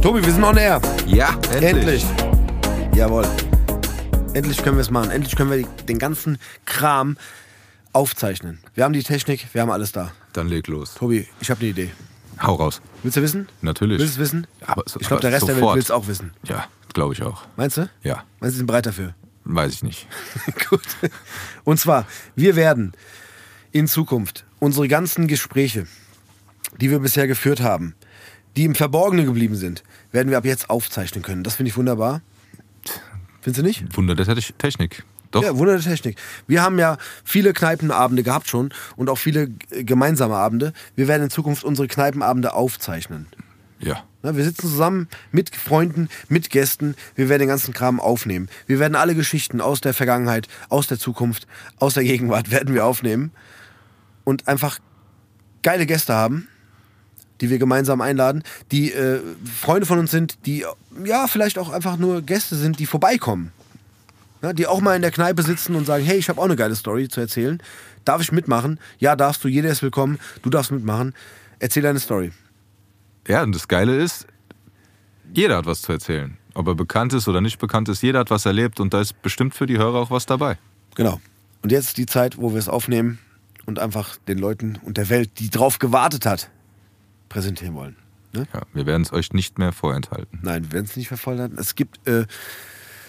Tobi, wir sind on air. Ja, Endlich. Jawohl. Endlich können wir es machen. Endlich können wir die- den ganzen Kram aufzeichnen. Wir haben die Technik, wir haben alles da. Dann leg los. Tobi, ich habe eine Idee. Hau raus. Willst du wissen? Natürlich. Willst du es wissen? Aber so- ich glaube, der aber Rest der Welt sofort. will es auch wissen. Ja, glaube ich auch. Meinst du? Ja, Meinst du, sie sind bereit dafür? weiß ich nicht. Gut. Und zwar, wir werden in Zukunft unsere ganzen Gespräche, die wir bisher geführt haben, die im Verborgenen geblieben sind, werden wir ab jetzt aufzeichnen können. Das finde ich wunderbar. Findest du nicht? Wunder der Te- Technik. Doch. Ja, Wunder der Technik. Wir haben ja viele Kneipenabende gehabt schon und auch viele äh, gemeinsame Abende. Wir werden in Zukunft unsere Kneipenabende aufzeichnen. ja. Ne, wir sitzen zusammen mit Freunden, mit Gästen. Wir werden den ganzen Kram aufnehmen. Wir werden alle Geschichten aus der Vergangenheit, aus der Zukunft, aus der Gegenwart werden wir aufnehmen und einfach geile Gäste haben, die wir gemeinsam einladen, die äh, Freunde von uns sind, die ja vielleicht auch einfach nur Gäste sind, die vorbeikommen. Ne, die auch mal in der Kneipe sitzen und sagen, hey, ich habe auch eine geile Story zu erzählen. Darf ich mitmachen? Ja, darfst du. Jeder ist willkommen. Du darfst mitmachen. Erzähl deine Story. Ja, und das Geile ist, jeder hat was zu erzählen. Ob er bekannt ist oder nicht bekannt ist, jeder hat was erlebt und da ist bestimmt für die Hörer auch was dabei. Genau. Und jetzt ist die Zeit, wo wir es aufnehmen und einfach den Leuten und der Welt, die drauf gewartet hat, präsentieren wollen. Ne? Ja, wir werden es euch nicht mehr vorenthalten. Nein, wir werden es nicht verfolgen. Es gibt äh,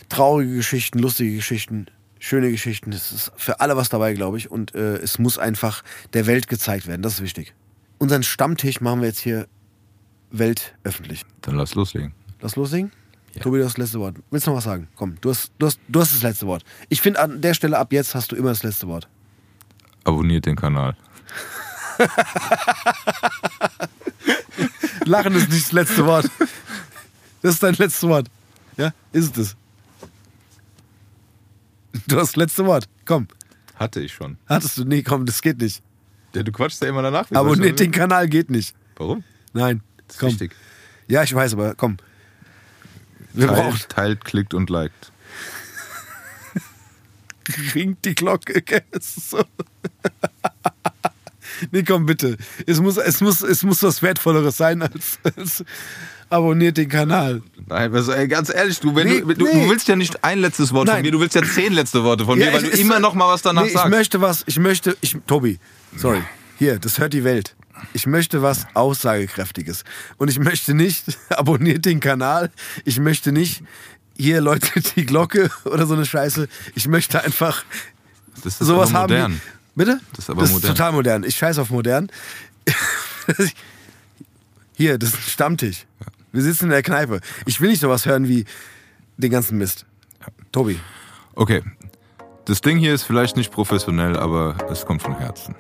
traurige Geschichten, lustige Geschichten, schöne Geschichten. Es ist für alle was dabei, glaube ich. Und äh, es muss einfach der Welt gezeigt werden. Das ist wichtig. Unseren Stammtisch machen wir jetzt hier weltöffentlich. Dann lass loslegen. Lass loslegen. Ja. Tobi, du hast das letzte Wort. Willst du noch was sagen? Komm, du hast, du hast, du hast das letzte Wort. Ich finde, an der Stelle ab jetzt hast du immer das letzte Wort. Abonniert den Kanal. Lachen ist nicht das letzte Wort. Das ist dein letztes Wort. Ja, ist es. das. Du hast das letzte Wort. Komm, Hatte ich schon. hattest du? Nee, komm, das geht nicht. Ja, du quatschst ja immer danach. Wie Abonniert soll den ich- ne? Kanal geht nicht. Warum? Nein, Das ist komm. wichtig. Ja, ich weiß, aber komm. Wir brauchen Teilt, teilt, klickt und liked. ringt die Glocke. gell? Es ist so. Nee, komm bitte. Es muss, es muss, es muss was Wertvolleres sein als, als abonniert den Kanal. Nein, was, ey, ganz ehrlich, du, wenn Nee, du, du, nee. du willst ja nicht ein letztes Wort Nein. von mir, du willst ja zehn letzte Worte von Ja, mir, weil du ich- immer ich- noch mal was danach nee, Ich sagst. möchte was, ich möchte, ich, Tobi, sorry, hier, das hört die Welt. Ich möchte was Aussagekräftiges. Und ich möchte nicht, abonniert den Kanal, ich möchte nicht, hier läutet die Glocke oder so eine Scheiße. Ich möchte einfach Das ist sowas aber haben. wie- modern. Bitte? Das ist aber modern. total modern. Ich scheiß auf modern. hier, das ist ein Stammtisch. Wir sitzen in der Kneipe. Ich will nicht sowas hören wie den ganzen Mist. Tobi. Okay. Das Ding hier ist vielleicht nicht professionell, aber es kommt von Herzen.